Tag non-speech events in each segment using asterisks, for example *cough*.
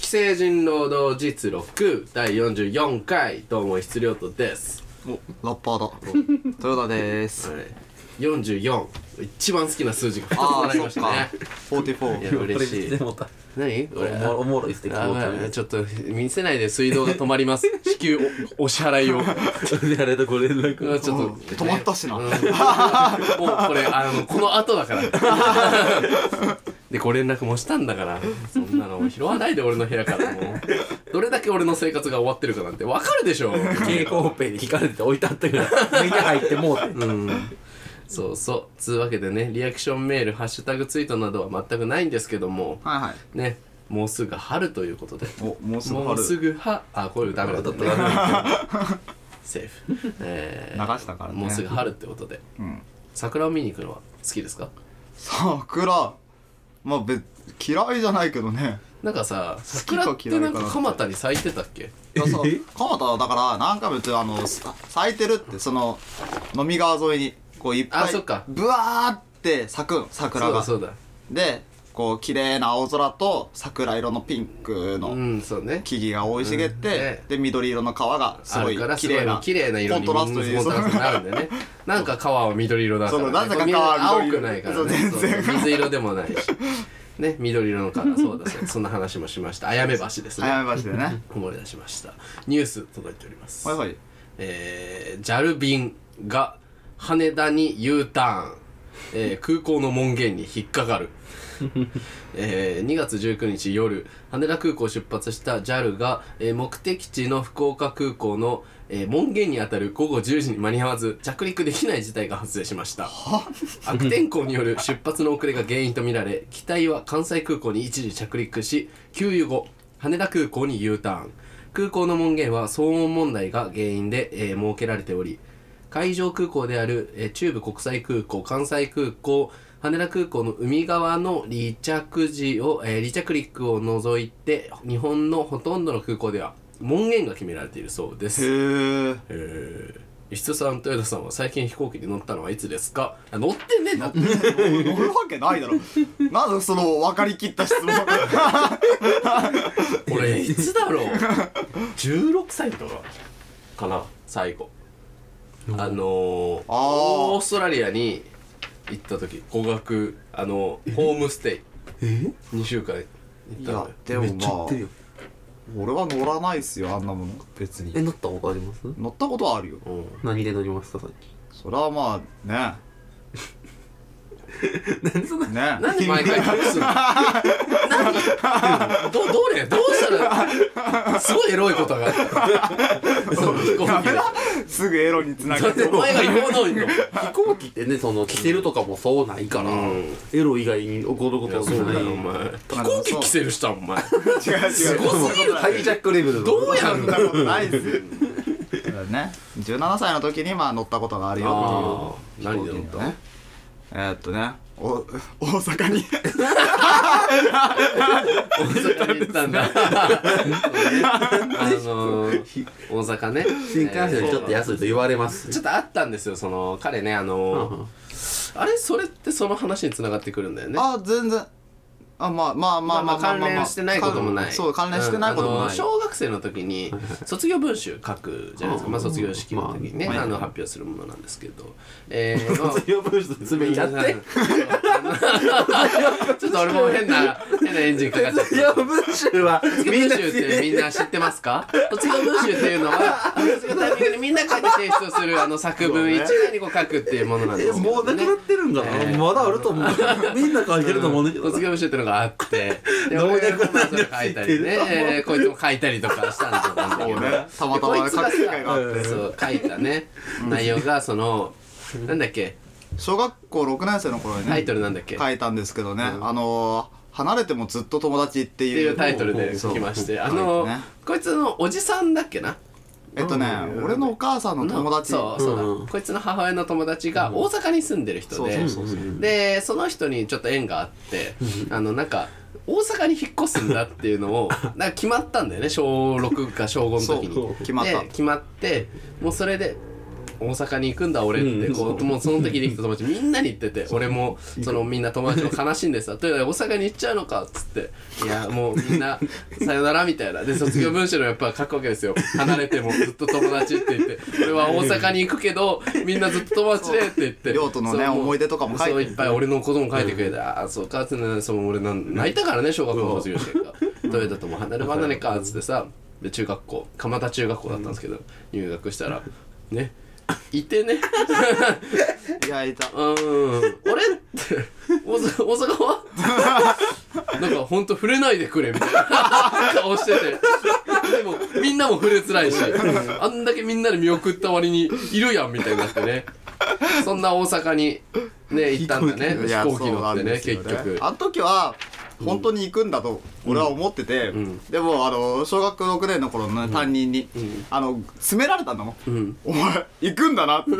成人労働実録第44回どうも質量とです、ラッパーだ。トヨタでーす。はい、44一番好きな数字が2つあもあ、らいそまっしたねか。44。いや *laughs* 嬉しいもた何おもおもろい素敵あもたまあちょっと見せないで水道が止まり *laughs* ます至急おお支払いをあれとご連絡うんちょっと、うん止まったしなうんもうこれあのこの後だから *laughs* でご連絡もしたんだからそんなの拾わないで俺の部屋からもうどれだけ俺の生活が終わってるかなんてわかるでしょ蛍光ペンに聞かれてて置いてあったぐらい目に入ってもうてそうそうつうわけでねリアクションメールハッシュタグツイートなどは全くないんですけどもはいはい。ねもうすぐ春ということでお、もうすぐもうす春。ぐはあこれダメだったねセーフ、 *laughs* え流したからね。もうすぐ。春ってことでうん。桜を見に行くのは好きですか桜。まあ、べ、嫌いじゃないけどね。なんかさき桜かって嫌いなかんかな蒲田に咲いてたっけいやさ、蒲田はだから、何回も言ってるあの、さ咲いてるって、その、飲み川沿いに、こういっぱい。あそっかぶわーって咲くん、桜が。そうだで、こう、綺麗な青空と、桜色のピンクそうだうのんそうね木々が生い茂っうんてね、で、緑色の川がすあごいるからすご綺い麗な、綺麗な色にコントラストにコントラストになるんだよ *laughs* ねなんか川は緑色だから、そね、うなぜか川はみん緑な青くな色いから、ね、そう全然そうそう水色でもないしね緑色の川そうだそうだそんな話もしましたあやめ橋ですね早めまし *laughs* てね。思い出しましたニュース届いておりますはいはい。えー、JAL 便が羽田に U ターン、えー空港の門限に引っかかる、えー2月19日夜羽田空港を出発した JAL が、えー目的地の福岡空港の、えー門限にあたる午後10時に間に合わず着陸できない事態が発生しました *laughs* 悪天候による出発の遅れが原因とみられ機体は関西空港に一時着陸し給油後羽田空港に U ターン空港の門限は騒音問題が原因で、えー設けられており海上空港である、えー中部国際空港関西空港羽田空港の海側の離着時を、えー離着陸を除いて日本のほとんどの空港では門限が決められているそうですへえ。えー、石田さん、豊田さんは最近飛行機に乗ったのはいつですかあ乗ってねえな。乗るわけない *laughs* だろなんでその分かりきった質問これ、いつだろ *laughs* う ?16 歳とかかな、最後。あのー、あーオーストラリアに行った時、語学、あのー、ホームステえイ、2週間行ったのよ。でめっちゃ言ってるよ俺は乗らないっすよあんなもの別えに乗ったことあります乗ったことはあるようん何で乗りましたさっそれはま *laughs* あき何そんなねねなんで毎回隠す *laughs* の何どどれどうしたらすごいエロい *laughs* ことがあったその飛行機ですぐエロにつなだがってるお前が言わないんだもん飛行機ってねその着てるとかもそうないから、うんエロ以外に起こるこ *laughs* いとやはそそううなだいよお前飛あ行機そう着せるしたお前違う違うすごすぎるハイジャックレベルのどうやそるのんなことないっすよだからね17歳の時にまあ乗ったことがあるよああ何で乗っっていうねたえーっとねお大阪に大阪に行ったんだあのー大阪ね新幹線よりちょっとい安いと言われますちょっとあったんですよその彼ねあのーあれそれってその話に繋がってくるんだよね *laughs* あ全然あまあまあまあまあまあ関連してないこともないそう関連してないことうもんあなのい小学生の時に卒業文集書くじゃないですかまあ卒業式の時にねまああの発表するものなんですけどえーまあ卒業文集詰めちゃってちょっと俺も変な変なエンジンかかっちゃっ卒た業文集は卒業みん文な集ってみんな知ってますか卒業文集っていうのは卒業タイミングでみんな書いて提出をするあの作文一覧にこう書くっていうものなんですえけど、ね、もうなくなってるんかな、えーまだあると思うみんな書いてると思うんだけど卒業文集っていうのがあってで老若俺がまあそ男女れ書いたりね、えーこいつも書いたりとかしたんだと思そううだんけどねたまたまこいつが書く機会があっうてんそう書いたね内容がそのなんだっけ小学校6年生の頃にタイねトルなんだっけっ書いたんですけどねうんあのー離れてもずっと友達ってていいうタイトルでそう聞きましてあのねこいつのおじさんだっけなえっとね俺のお母さんの友達そうそうだ、うんこいつの母親の友達が大阪に住んでる人で、そうそうそうでその人にちょっと縁があってあのなんか大阪に引っ越すんだっていうのをなんか決まったんだよね小6か小5の時にそう決まったで決まってもうそれで大阪に行くんだ俺ってうんこうもうその時できた友達みんなに言ってて俺もそのみんな友達も悲しんでさ「ということで大阪に行っちゃうのか」っつって「いやもうみんなさよなら」みたいなで卒業文集のやっぱ書くわけですよ離れてもずっと友達って言って俺は大阪に行くけどみんなずっと友達でって言 *laughs* って亮とのねそうもう思い出とかも書いてそういっぱい俺のことも書いてくれて、ああそうかっつってねそう俺なん泣いたからね小学校卒業してから豊田とも離れ離れかっつってさで中学校蒲田中学校だったんですけど、入学したらねいて *laughs* ねいやいたうーん俺って *laughs* 大阪大阪はなんかほんと触れないでくれみたいな顔しててでもみんなも触れづらいしあんだけみんなで見送った割にいるやんみたいになってねそんな大阪にね行ったんだねい飛や行機そう乗なってんねですよ結局あの時は本当に行くんだと俺は思ってて、んでもあの小学6年の頃のね担任に、あの詰められたんだもん、んお前行くんだなって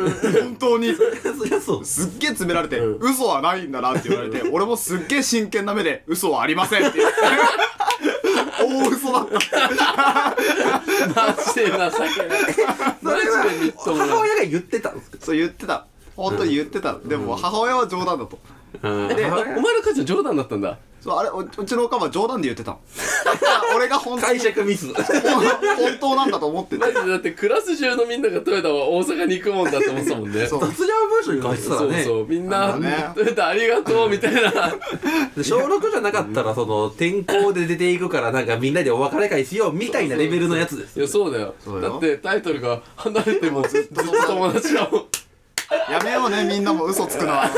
本当にそりゃそうすっげえ詰められて、う嘘はないんだなって言われ *laughs* て、俺もすっげえ真剣な目で、嘘はありませんって言って。大嘘だった。マジで情けないマジでみっとも母ない親が言ってたんですかそう言ってた。本当に言ってた。でも母親は冗談だと。えあお前の母ちゃん冗談だったんだそうあれおうちのおかんは冗談で言ってたの。 *laughs* だから俺が本当解に釈ミス本当なんだと思っててマ。ジでだってクラス中のみんなが豊田は大阪に行くもんだって思ってたもんねそう雑談文章に書いてたらそうねそうみんなあんなね「トヨタありがとう」みたいなで小6じゃなかったらその転校で出ていくからなんかみんなでお別れ会しようみたいなレベルのやつですいやそうだよそうだよってタイトルが「離れても *laughs* ずっと友達だもん」やめようね、みんなも嘘つくのは。本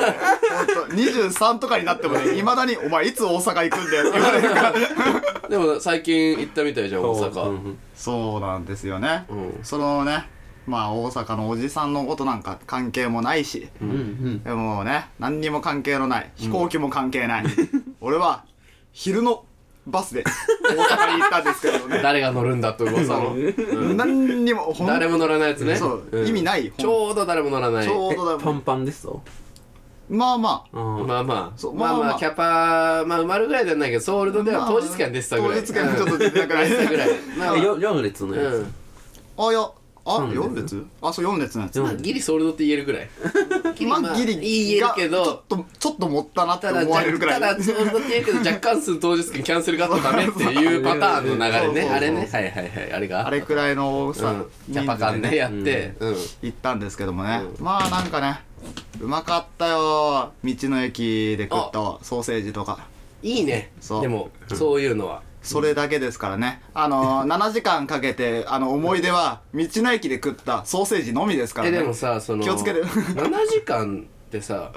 当23とかになってもね、いまだに、お前いつ大阪行くんだよって言われるから。でも最近行ったみたいじゃん大そう阪そうなんですよね、うんそのねまあ大阪のおじさんのことなんか関係もないし、うんうんでもね何にも関係のない飛行機も関係ない、俺は昼のバスで大阪に行ったんですけどね誰が乗るんだって噂の何にもほん *laughs* 誰も乗らないやつねそう、うん意味ないほんちょうど誰も乗らないちょえうどだパもんンパンですとまあまあうんまあまあそうまあまあままああキャパまあ埋まるぐらいじゃないけどソールドではまあ当日券出てたぐらい当日券ちょっと出てたぐ *laughs* らいうん出てたぐらいまあえよ4列のやうつんあいやあ三列4列あそう4列のやつ四まあギリソールドって言えるぐらいまあギリ言えるけがどちょっとちょっと持ったなってただ、思われるくらいただ、そうだって言うけど、若干数当日券キャンセルがあったためっていうパターンの流れね。そうそうそうあれね。はいはいはい。あれが。あれくらいのうさん、キャパ感でやって。うん。行ったんですけどもね、まあなんかねうまかったよ道の駅で食ったソーセージとかいいね。そうでも、そういうのは。それだけですからねあ *laughs* の7時間かけてあの思い出は道の駅で食ったソーセージのみですからえ、ねでもさ、その、気をつけて7時間ってさ、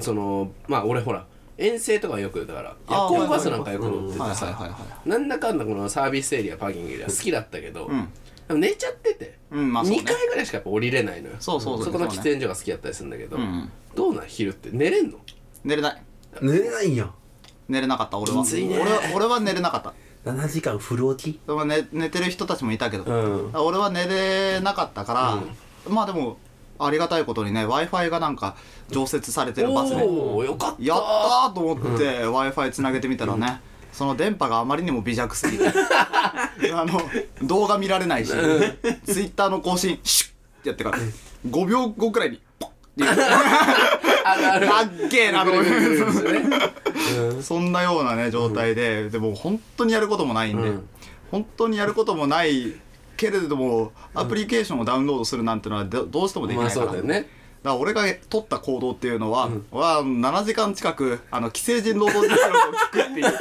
その、まあ俺ほら、遠征とかよく、だから、夜あー行バスなんかよく乗ってはいてはいはいさ、はなんだかんだこのサービスエリア、パーキングエリア好きだったけどい、うんでも寝ちゃってて、うんまあそうね2回ぐらいしかやっぱ降りれないのよ。そうそうそうそこのそう喫ね煙所が好きだったりするんだけどう、んどうなん昼って寝れんの寝れない寝れないんや寝れなかった俺はきついね俺は俺は寝れなかった7時間フル落ちでも、ね、寝てる人たちもいたけど、うん俺は寝れなかったから、まあでもありがたいことにね w i f i がなんか常設されてるバスでおーよかったやったーと思って w i f i つなげてみたらね、その電波があまりにも微 *laughs* 弱すぎてあの動画見られないし、ツイッターの更新シュッってやってから5秒後くらいにポッっていうあるあるかっけえなと思っぐるぐるぐるぐてるですねそんなようなね状態で、でも本当にやることもないんで、うん本当にやることもないけれどもアプリケーションをダウンロードするなんてのはどどうしてもできまなあいかそうら、だよねだから俺が取った行動っていうのは、俺は7時間近くあの既成人労働実力を聞くっていう *laughs*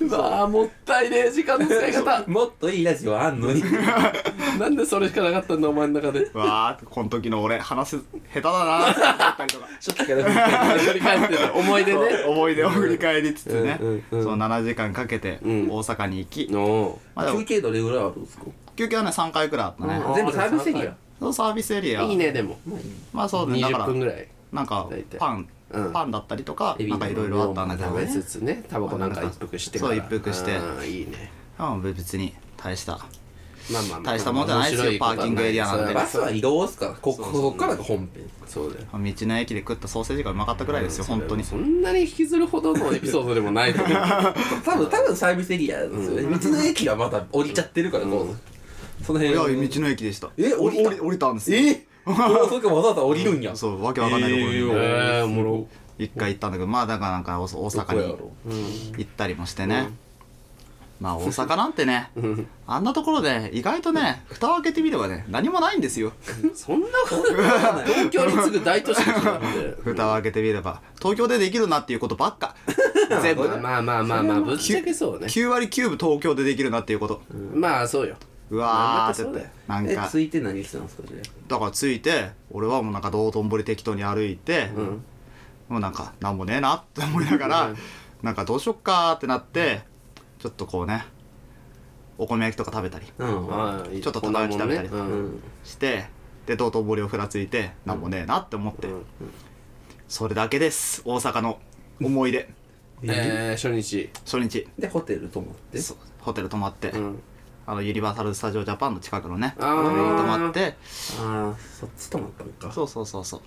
うわあもったいねえ時間の使い方もっといいラジオあ *laughs* んのになんでそれしかなかったんだお前の中でわあこの時の俺話す下手だなって思ったりとかちょっとから振り返ってた思い出ねそう思い出を振り返りつつね、うんうんうんその7時間かけて大ん阪に行き、のまあでも休憩どれぐらいあるんですか休憩はね3回くらいあったね、うん全部サービスエリアそのサービスエリアいいねでもまあそうねだか20ら分ぐらいなんか大体パン、うんパンだったりとかエビなんかいろいろあったんだけど食べねつつねタバコなんか一服してそう一服してうんいいねうん別に大したまあまあまあ大したもんじゃないですよ面白ことはパーキングエリアなんでバスは移動っすからここそうそうこっからが本編そうだよ道の駅で食ったソーセージがうまかったくらいですよ本当にそんなに引きずるほどのエピソードでもないと思う *laughs* 多分多分サービスエリアですよね道の駅はまだ降りちゃってるからこうその辺や道の駅でしたえ降りた降り降りたんですよえあそうかわざわざ降りるんやそうわけわかんないところにええー、おもろ一回行ったんだけどまあだからなんかお大どこや阪にろ行ったりもしてね、まあ大阪なんてねあんなところで意外とね蓋を開けてみればね何もないんですよそんなこと東京に次ぐ大都市でしょだって蓋を開けてみれば東京でできるなっていうことばっか全部まあまあまあまあぶっちゃけそうね9割9分東京でできるなっていうことまあそうようわなんだかーそうっだてよなんえかついて何してたんですかじゃだからついて俺はもうなんか道頓堀適当に歩いて、もうなんかなんもねえなって思いながら、なんかどうしよっかーってなってちょっとこうねお米焼きとか食べたりあうんまあいいちょっとたたき食べたりこんなもんねうんしてで道頓堀をふらついてなんもねえなって思って、うんそれだけです大阪の思い出えー、初日初日でホテル泊まってそうホテル泊まって、うんあのユニバーサル・スタジオ・ジャパンの近くのねホあーテルに泊まってああそっち泊まったのかそうそうそうそう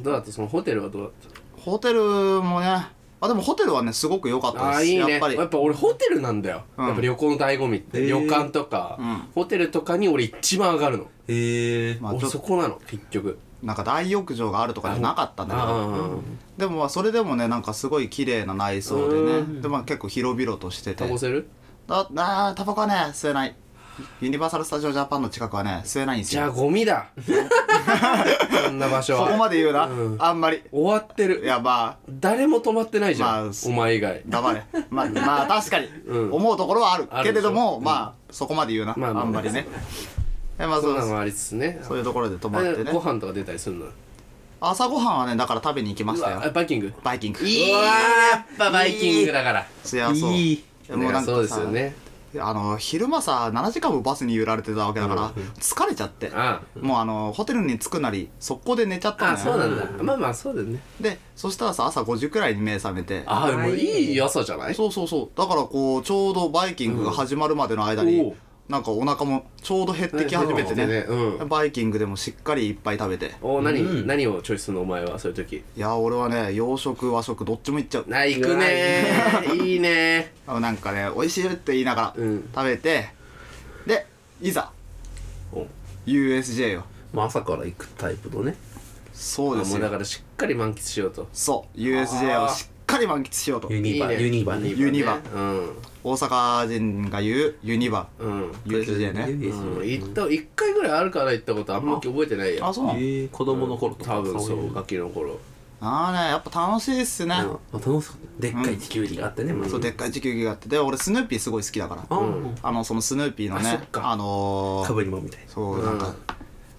どうだったそのホテルはどうだっホテルもねあでもホテルはねすごく良かったたあですあーいいねやっぱり俺ホテルなんだよ、うんやっぱ旅行の醍醐味って、へー旅館とか、うんホテルとかに俺一番上がるの、へえまあち俺ょっそとこなの結局なんか大浴場があるとかじゃなかったんだけどあでもまあそれでもねなんかすごい綺麗な内装でうねでまあ結構広々としてあタてコせるああータバコはね吸えないユニバーサル・スタジオ・ジャパンの近くはね吸えないんですじゃあよゴミ *laughs* だこんな場所そはこまで言うな、うんあんまり終わっているやまあ誰も泊まってないじゃん、まあお前以外黙れまあまあ確かにうん思うところはあるあるけれどでしもまあそこまで言うなまあまああんまりねえまあそそんなのうもありつつねそういうところで泊まってあごね飯とか出たりするのう朝ごはんはねだから食べに行きましたわよバイキングバイキングいいわやっぱバイキングだからそりゃそういいもうなんかさそうですよねあの昼間さ7時間もバスに揺られてたわけだから、疲れちゃって、あもうあのホテルに着くなり速攻で寝ちゃっあたあそのうよなんだまあまあそうだよねでそしたらさ朝5時くらいに目覚めてああでもいい朝じゃないそうそうそうだからこうちょうどバイキングが始まるまでの間に、うんおうなんかお腹もちょうど減ってき始めてね,、うんバイキングでもしっかりいっぱい食べておう何ん何をチョイスするのお前はそういう時いや俺はね洋食和食どっちもいっちゃうあ行くねーいいねあのなんかね美味しいって言いながらうん食べて、でいざお USJ よまあ朝から行くタイプのねーそあうですもうよだからしっかり満喫しようとそう、USJ をしっかり満喫しようと。ユニバいいねユニバねユニバねうん大阪人が言うユニバ、うん、 USJ ね。うん、行った1回ぐらいあるから行ったことあんま覚えてないあ、よそうなのええ子供の頃とか多分そいうのがガキの頃あーね、やっぱ楽しいっすね。うんまあ楽しかったでっかい地球儀があってねまあそう、でっかい地球儀があって。で、俺、スヌーピーすごい好きだから。ああの、そのスヌーピーのあそねっ、かあのかー、ぶりもんみたいなそう、なんか、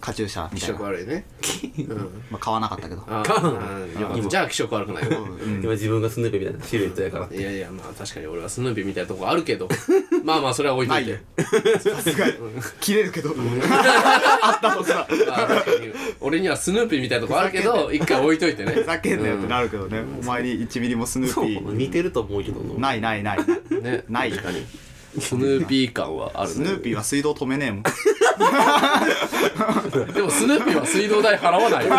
カチューシャみ気たい色な。悪いねまあ、買わなかったけど。あかんあよかったじゃあ気色悪くないようん今自分がスヌーピーみたいなシルエットやからっていやいやまあ確かに俺はスヌーピーみたいなとこあるけど *laughs* まあまあそれは置いとないいよて。 *laughs* さすがに。切れるけど。あったのさ。まあ確かに俺にはスヌーピーみたいなとこあるけど一回置いといてねふざけんなよってなるけどね。お前に1ミリもスヌーそうピー。似てると思うけどなないないない。ねない。確かにスヌーピー感はあるスヌーピーは水道止めねえもん。ーでもスヌーピーは水道代払わないよ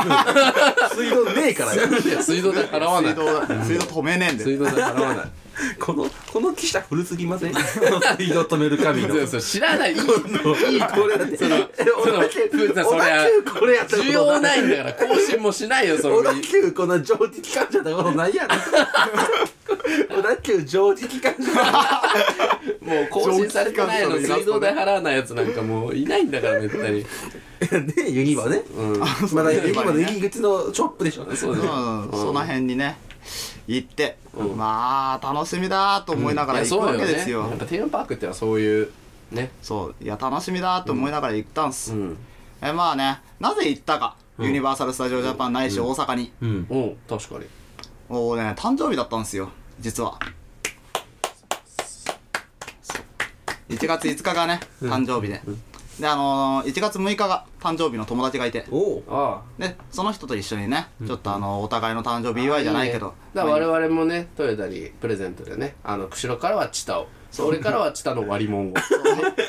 水道ねえからよ水道代払わな水い道だ水道止めねえんだ水よ道代払わないこのこの記者古すぎません水道止める神のそうそう知らないいいいいこれだってそのその小田急ふざそりゃ小田急これやったこと需要ないいんだから更新もしないよそ小の田急この常時機関車だことないやろ小田急常時機関車もう更新されてないの水道代払わないやつなんかもういないんだからめったにでユニバねうんまだユユニニババねの入り口のショップでしょそううだよんその辺にね行ってまあ楽しみだと思いながいやら行そくうわよけねですよやっぱテーマパークってのはそういうねそういや楽しみだと思いながら行ったんすうんえまあねなぜ行ったかユニバーサル・スタジオ・ジャパンないし大阪にうんおう確かにもうね誕生日だったんすよ実はそう1月5日がね誕生日でであのー1月6日が誕生日の友達がいておおああでその人と一緒にねちょっとあのお互いの誕生日祝いじゃないけどだから我々もねトヨタにプレゼントでねあの釧路からはチタを俺からはチタの割り物を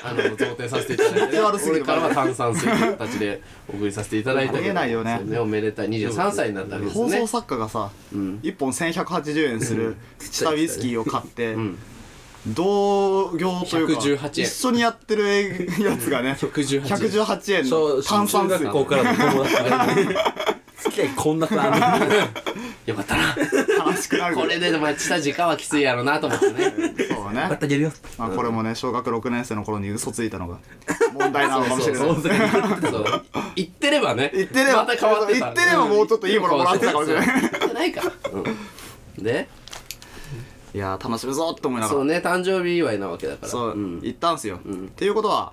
あの贈呈させていただいて、 *laughs* 悪すぎ俺るからは炭酸水という形でお送りさせていただいたけどありえないよねそうおめでたい23歳になったわけです放ね送作家がさ、ん一1本1180円する下ウイスキーを買って、ん同業というか118円一緒にやってるえやつがね118円118円そうの炭酸中水学校からの友達がいる付き合いこんな感じよかった *laughs* な悲しくなるこれで待ちた時間はきついやろうなと思ってねそうねまたやるよまあこれもね小学6年生の頃に嘘ついたのが問題なのか *laughs* もしれないそうそうそう言ってればね言ってればまた変わってた言ってればもうちょっといいものもらってたかもし *laughs* れないそうそう言ってないから、うん、でいやー楽しむぞって思いながらそうね誕生日祝いなわけだからそう、ん行ったんすよ、んっていうことは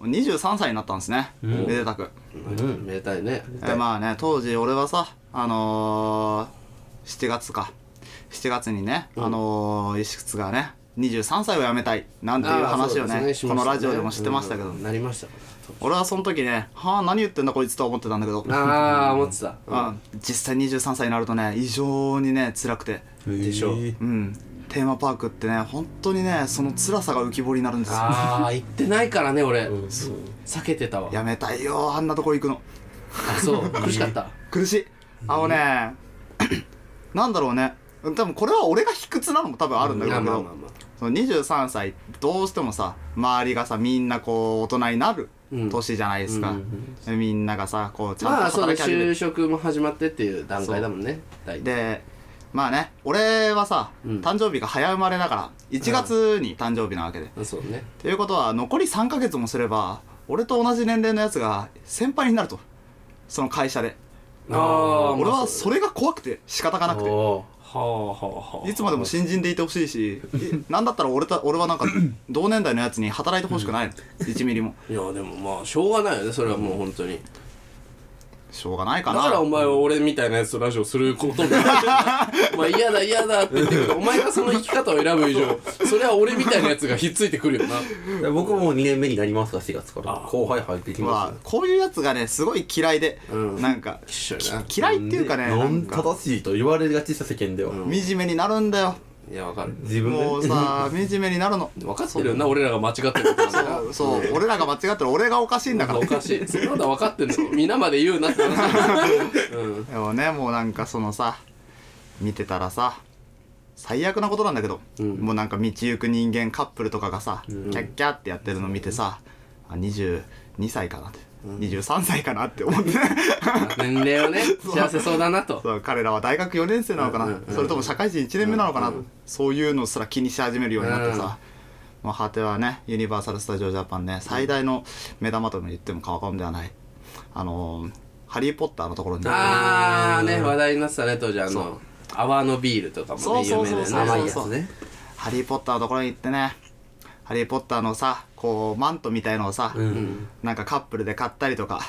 23歳になったんですね、めでたく、うん、めでたいねえーまあね当時俺はさあのー、7月か7月にね、あのー、石靴がね23歳を辞めたいなんていう話をあねーそうですこしまのしたねラジオでも知ってましたけど、うんなりましたか俺はその時ねはあ何言ってんだこいつとは思ってたんだけど、らああ思ってた、うん実際23歳になるとね異常にね辛くてでしょううんテーマパークってね本当にねその辛さが浮き彫りになるんですよああ行ってないからね俺、避けてたわやめたいよあんなとこ行くのあそう苦しかった苦しいあのねなんだろうね多分これは俺が卑屈なのも多分あるんだけまあど、まあまあまあその23歳どうしてもさ周りがさみんなこう大人になるうん年じゃないですか、うんみんながさこうちまゃあんとそうね働き始めて、就職も始まってっていう段階だもんね大体でまあね俺はさ、うん誕生日が早生まれだから1月に誕生日なわけで、あそうねということは残り3ヶ月もすれば俺と同じ年齢のやつが先輩になるとその会社でああ俺はそれが怖くて仕方がなくておはあはあはいつまでも新人でいてほしいしいなんだったら俺た *coughs* 俺はなんか同年代のやつに働いてほしくないの1ミリもあいやでもまあしょうがないよねそれはもう本当にしょうがないかだなからお前は俺みたいなやつとラジオすることに *laughs* なるお前嫌だ嫌だって言ってくるお前がその生き方を選ぶ以上それは俺みたいなやつがひっついてくるよなー僕も2年目になりますから4月からあー後輩入ってきままあこういうやつがねすごい嫌いで、うんなんか一緒やなき嫌いっていうかすねななんんか正しいと言われがちさ世間では惨めになるんだよいやわかる自分もうでさ惨めになるの分かってるよな俺らが間違ってることなんだそうそう俺らが間違ったら俺がおかしいんだからおかしい *laughs* そんなこと分かってんの皆まで言うなって話 *laughs* うんでもねもうなんかそのさ見てたらさ最悪なことなんだけど、うんもうなんか道行く人間カップルとかがさ、キャッキャってやってるの見てさ、あ22歳かなって、23歳かなって思って *laughs* 年齢をね幸せそうだなとそう彼らは大学4年生なのかな、うんうんうんそれとも社会人1年目なのかな、そういうのすら気にし始めるようになってさ、まあ、果てはねユニバーサル・スタジオ・ジャパンね最大の目玉とも言っても過言ではないあのー「ハリー・ポッター」のところにああね話題になってたね当時あの泡のビールとかもね有そうそう名だよねそうそう甘いややつねハリー・ポッターのところに行ってね、ハリー・ポッターのさ、こう、マントみたいのをさ、うんなんかカップルで買ったりとか、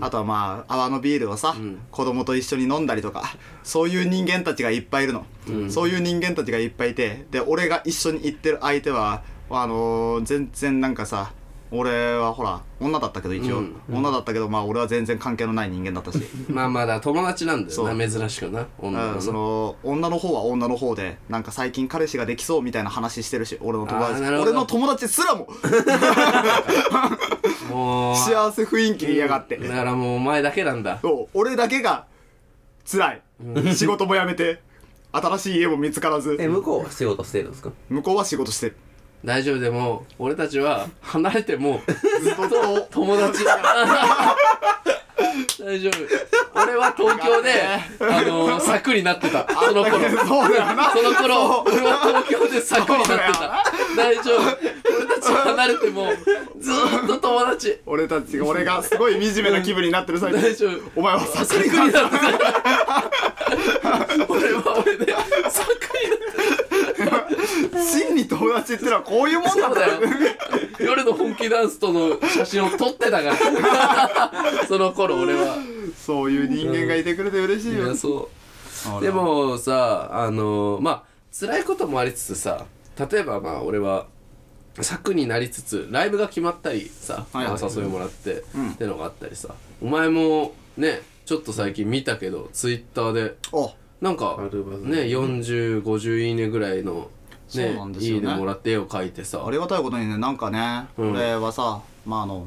あとはまあ、泡のビールをさ、子供と一緒に飲んだりとか、そういう人間たちがいっぱいいるの。そういう人間たちがいっぱいいて、で、俺が一緒に行ってる相手は、あのー全然なんかさ、俺はほら、女だったけど一応、うん女だったけど、まあ俺は全然関係のない人間だったし。まあまあだ友達なんだよな珍しくな女うのんそ子の女の方は女の方でなんか最近彼氏ができそうみたいな話してるし俺の友あー達なるほど俺の友達すらももう幸せ雰囲気で嫌がって、だからもうお前だけなんだそう俺だけが辛い、仕事も辞めて新しい家も見つからずえ向こうは仕事してるんですか向こうは仕事してる大丈夫でも俺たちは離れてもずっと友 *laughs* 達だ大丈夫俺は東京 *laughs* であの柵になってたその頃そうだよなその頃俺は東京で柵になってた大丈夫俺たちは離れてもずーっと友達俺たちが俺がすごい惨めな気分になってる最大丈中夫お前はさ柵になってた俺は俺で柵になってた真に友達ってのはこういうもんなそんうだだよよ。夜の本気ダンスとの写真を撮ってたから。 *laughs* その頃俺は。 *laughs* そういう人間がいてくれて嬉しいいよ、や、そう。でもさ、あの、まあ、辛いこともありつつさ、例えばまあ俺は、作になりつつ、ライブが決まったりさ、はいはいお誘いもらって、ってのがあったりさ、お前もね、ちょっと最近見たけど、ツイッターで、おなんかアルバムね、40、50いいねぐらいの、そうねなん、ですよいねいねもらって絵を描いてさあ、りがたいことにねなんかね、うん俺はさまああの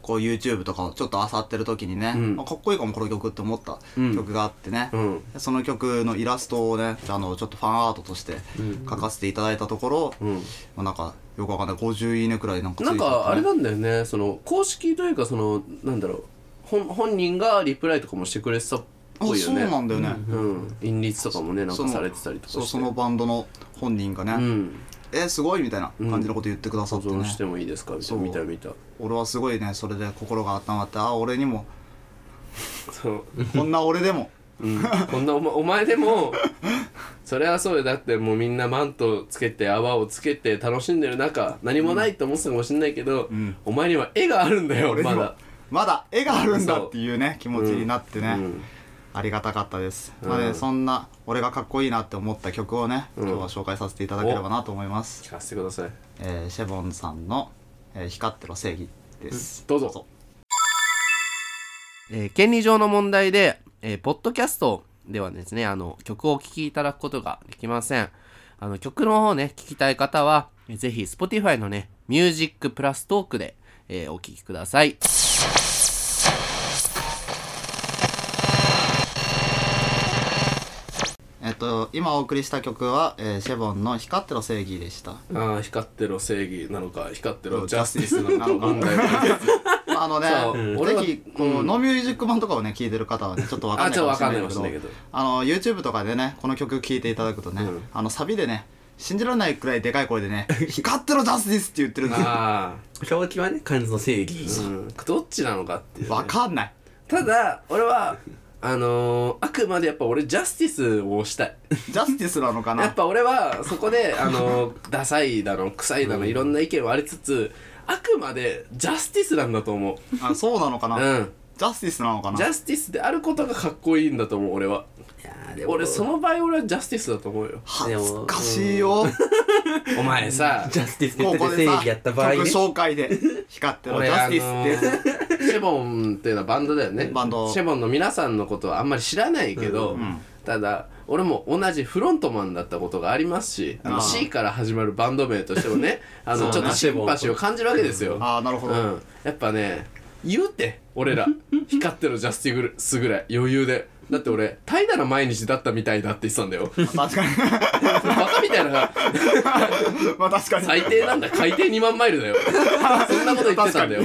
こう YouTube とかをちょっと漁ってる時にね、うんあかっこいいかもこの曲って思ったうん曲があってね、うんその曲のイラストをねあのちょっとファンアートとして書かせていただいたところ、うんまあ、なんかよくわかんない50いいねくらいなんかついなてんたねかあれなんだよねその公式というかそのなんだろう本本人がリプライとかもしてくれてたっあぽいよねそうなんだよね、うん韻律とかもねなんそかのされてたりとかしてそうそのバンドの本人がね、うんえすごいみたいな感じのこと言ってくださ保ってね、存してもいいですかみたいそうな見た見た俺はすごいねそれで心が温まってあ俺にもそう、こんな俺でもうん、こんなお,、ま、お前でもそれはそうよだってもうみんなマントつけて泡をつけて楽しんでる中何もないと思ってたかもしんないけど、んお前には絵があるんだよ俺にまもだまだ絵があるんだっていうね気持ちになってね、うんありがたかったです、うんまあねそんな俺がかっこいいなって思った曲をね、うん今日は紹介させていただければなと思います聞、かせてくださいえーシェボンさんの、えー光ってろ正義」です、どうぞえー権利上の問題で、えーポッドキャストではですね、あの、曲をお聴きいただくことができません。あの、曲の方ね、聴きたい方は、えーぜひ Spotify のね、ミュージックプラストークで、えーお聴きください。えっと今お送りした曲は、えーシェボンの「光ってろ正義」でしたああ、光ってろ正義なのか、光ってろジャスティスなのか問題まああのねそう俺はぜひこの、ノーミュージック版とかをね聞いてる方はねちょっとわかんないかあちょもしれないっとわかんないかもしれないけどあの YouTube とかでねこの曲聴いていただくとね、うんあのサビでね信じられないくらいでかい声でね「光ってろジャスティス」って言ってるんですよあ表記はね漢字の正義あ、 *laughs* うん、どっちなのかっていうね、わかんないただ、俺は、あのーあくまでやっぱ俺ジャスティスをしたい。ジャスティスなのかやっなぱ俺はそこであのダサいだの臭いだのいろんな意見はありつつあくまでジャスティスなんだと思うあそうなのかな、うんジャスティスなのかなジャスティスであることがかっこいいんだと思う俺はいやーでも俺その場合俺はジャスティスだと思うよ恥ずかしいよ、お前さジャスティスこ絶こ対で *laughs* 正さ義やった曲場合ね紹介で「光ってろジ俺ャあスのティス」ってーシェボンっていうのはバンドだよねバンドシェボンの皆さんのことはあんまり知らないけど、んただ俺も同じフロントマンだったことがありますしあのああ C から始まるバンド名としてもねあのそうねちょっとシンパシーを感じるわけですよああなるほど、うん、やっぱね言うて俺ら光ってるジャスティスぐらい余裕でだって俺怠惰な毎日だったみたいだって言ってたんだよ確かに *laughs* バカみたいなまあ確かに最低なんだ海底2万マイルだよそんなこと言ってたんだよ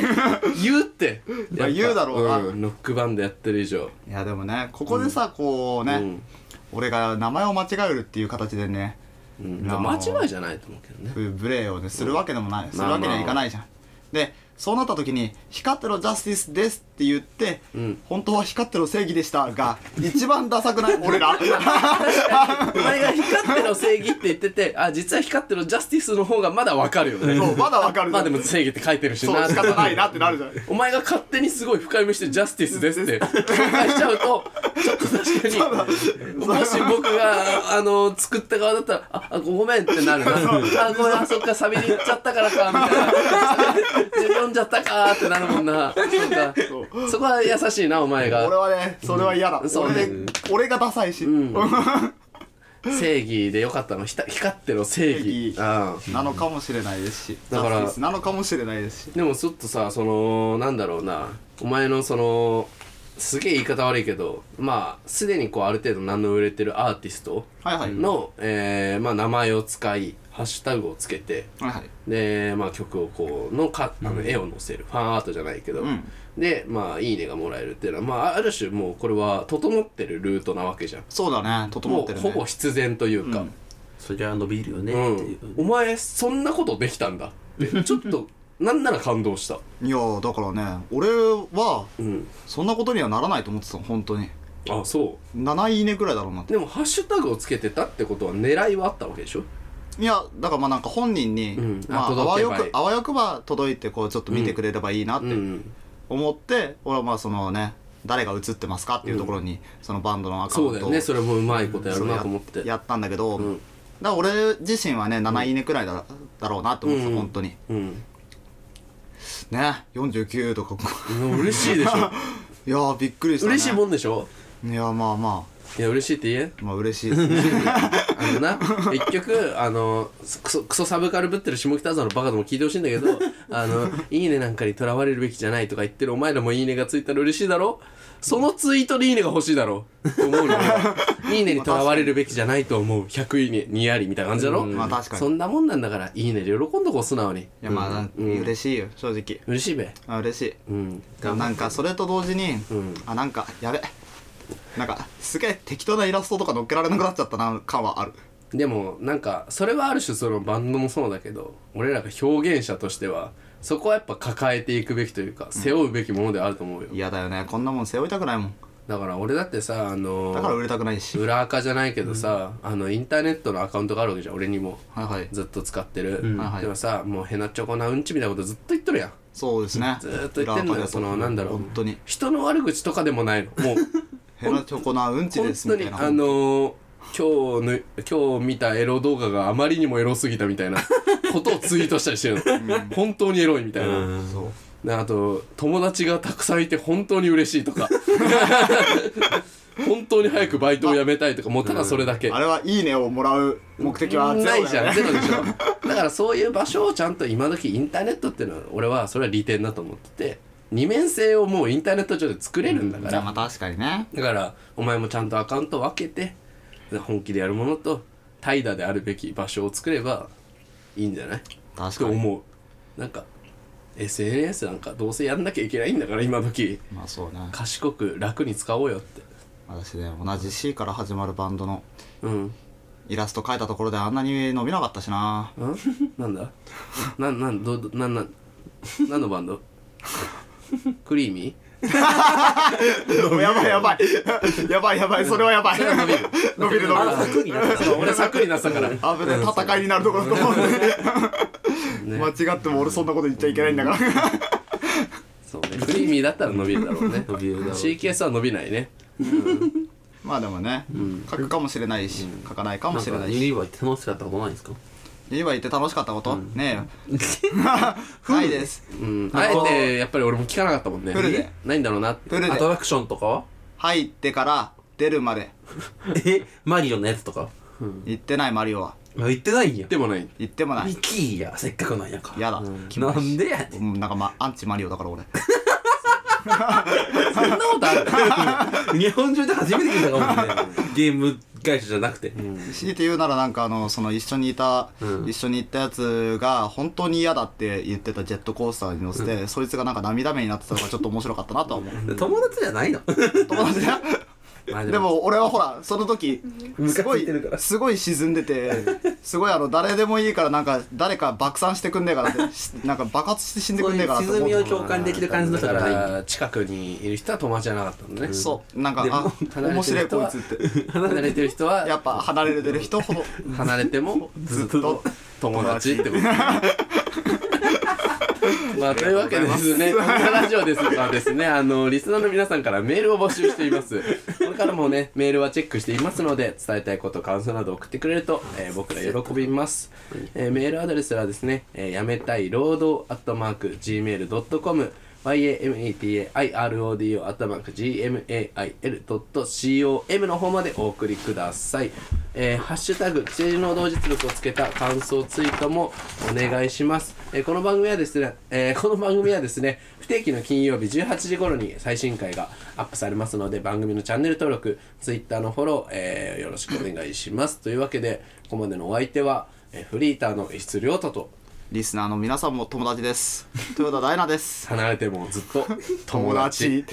言うってまあ言うだろうなうんロックバンドやってる以上いやでもねここでさ、こうね、うん俺が名前を間違えるっていう形でねうんいや間違いじゃないと思うけどねこういう無礼をねするわけでもない、するまあわけにはいかないじゃん、でそうなった時に「光ってろジャスティスです」って言って、ん本当は光ってろ正義でしたが一番ダサ *laughs* くない俺らお前が光ってる正義って言っててあ実は光ってるジャスティスの方がまだわかるよねそうまだわかるじゃんまあでも正義って書いてるしそうな仕方ないなってなるじゃんお前が勝手にすごい深読みして「ジャスティスです」って紹介しちゃうとちょっと確かにもし僕があの作った側だったら「ああごめん」ってなるな「あごめんあそっかサビに行っちゃったからか」みたいな「読んじゃったか」ってなるもんななんかそこは優しいなお前俺がはねそれは嫌だ、うんそうね俺で、俺がダサいし、ん正義でよかったのひた光ってる正義正義あ *laughs* なのかもしれないですしだからジャスティスなのかもしれないですしでもちょっとさそのなんだろうなお前のそのすげえ言い方悪いけどまあすでにこうある程度名の売れてるアーティストはいはい、の、えーまあ、名前を使いハッシュタグをつけてはいはいで、まあ、曲をこうのかあの絵を載せる、ファンアートじゃないけど、うんでまあいいねがもらえるっていうのは、まあ、ある種もうこれは整ってるルートなわけじゃんそうだね整もってうるねほぼ必然というか、うんそりゃ伸びるよねうんっていうお前そんなことできたんだってちょっとなんなら感動した、いやだからね俺はうん、そんなことにはならないと思ってたの本当にあそ7いいねぐらいだろうなっうてでもハッシュタグをつけてたってことは狙いはあったわけでしょいやだからまあなんか本人に、うんまあ、ああわ届けよばいいくあわよくば届いてこうちょっと見てくれればいいなっうてん思って、俺はまあそのね誰が映ってますかっていうところに、そのバンドのアカウそンうだトよをねそれもうまいことやそるうなと思ってやったんだけど、うんだから俺自身はね7いいねくらいだ,、だろうなって思ってた、うん本当にうんね49とか *laughs* 嬉しいでしょいやーびっくりした、ね、嬉しいもんでしょいやまあまいや嬉しいって言えあまあ嬉しいですねあ *laughs* *laughs* のな結局あのクソクソサブカルぶってる下北沢のバカでも聞いてほしいんだけどあの、いいねなんかにとらわれるべきじゃないとか言ってるお前らもいいねがついたら嬉しいだろそのツイートでいいねが欲しいだろと思うのよ *laughs* いいねにとらわれるべきじゃないと思う。100いいね、にやりみたいな感じだろ、まあ確かにそんなもんなんだから、いいねで喜んどこう、素直に。いやまあ、うん嬉しいよ正直嬉しいべ。あ嬉しいうん。でもなんかそれと同時に、あなんかやべなんかすげえ適当なイラストとか載っけられなくなっちゃったな感はあるでもなんかそれはある種そのバンドもそうだけど俺らが表現者としてはそこはやっぱ抱えていくべきというか背負うべきものであると思うよ、嫌だよねこんなもん背負いたくないもんだから俺だってさあのーだから売れたくないし裏垢じゃないけどさ、あのインターネットのアカウントがあるわけじゃん俺にもはいはいずっと使ってる、はいはいでもさもうへなちょこなうんちみたいなことずっと言っとるやんそうですねずーっと言ってんのよ裏垢だそのなんだろう本当に人の悪口とかでもないのもうヘラチョコなうんち本です当みたにいなあのー今日の今日見たエロ動画があまりにもエロすぎたみたい *laughs* なことをツイートしたりしてるの、本当にエロいみたいな、そうであと友達がたくさんいて本当に嬉しいと *laughs* か本当に早くバイトを辞めたいとかもうただそれだけ、あれはいいねをもらう目的はゼロだなよいじゃんゼロでしょだからそういう場所をちゃんと今時インターネットっていうのは俺はそれは利点だと思ってて二面性をもうインターネット上で作れるんだかじゃら、あまあ確かにねだからお前もちゃんとアカウントを分けて本気でやるものと怠惰であるべき場所を作ればいいんじゃない確とかに思うなんか SNS なんかどうせやんなきゃいけないんだから今時まあそうね賢く楽に使おうよって私ね同じ C から始まるバンドのうんイラスト描いたところであんなに伸びなかったしなうんなんだなんなんどどなんなん何のバンドクリーミ *laughs* やばいやばい *laughs* やばいやばいそれはや *laughs* ばい伸びる伸びるあの伸びる柵になったー俺さクリなったからあぶねえ戦いになるところだと思うんで間違っても俺そんなこと言っちゃいけないんだからそうねクリーミーだったら伸びるだろうね伸びるだろう CKS は伸びないね *laughs* まあでもね書くかもしれないし書かないかもなんしれなかいユしニバーって楽しかったことないんですかユニバ行って楽しかったことねえよ *laughs* ないですうんあえてやっぱり俺も聞かなかったもんねフルでないんだろうなってフルアトでラクションとかは入ってから出るまでえマリオのやつとか行ってないマリオはあ行ってないんやでもない行ってもないミキーやせっかくなんやからやだなんでやねんうんなんかまあアンチマリオだから俺そんなことある日本中で初めて聞いたかもしれないゲーム会社じゃなくて強いて言うならなんかあのその一緒にいた、一緒に行ったやつが本当に嫌だって言ってたジェットコースターに乗せて、そいつがなんか涙目になってたのがちょっと面白かったなとは思う *laughs* 友達じゃないの友達だまあでも俺はほらその時ムすカつごいいてるからすごい沈んでてすごいあの誰でもいいからなんか誰か爆散してくんねえからってしなんか爆発して死んでそくうんねいえうからって沈み思うを共感できる感じの人じゃだかないんやら近くにいる人は友達じゃなかったのねそうなんかでもあ面白いこいつって離れてる人はやっぱ離れてる人ほど *laughs* 離れてもずっと友達ってこと *laughs* まあというわけでですね、このラジオですがですね、あの、リスナーの皆さんからメールを募集しています。これからもね、メールはチェックしていますので、伝えたいこと、感想など送ってくれると、えー僕ら喜びます。えーメールアドレスはですね、えーやめたい労働アットマーク Gmail.com yametairodo アットマーク gmail.com の方までお送りください。えーハッシュタグ、知能同実力をつけた感想ツイートもお願いします。えーこの番組はですね、えーこの番組はですね、不定期の金曜日18時頃に最新回がアップされますので、番組のチャンネル登録、ツイッターのフォロー、えーよろしくお願いします。というわけで、ここまでのお相手は、えーフリーターの質量太と、リスナーの皆さんも友達です豊田ダイナです離れてもずっと友達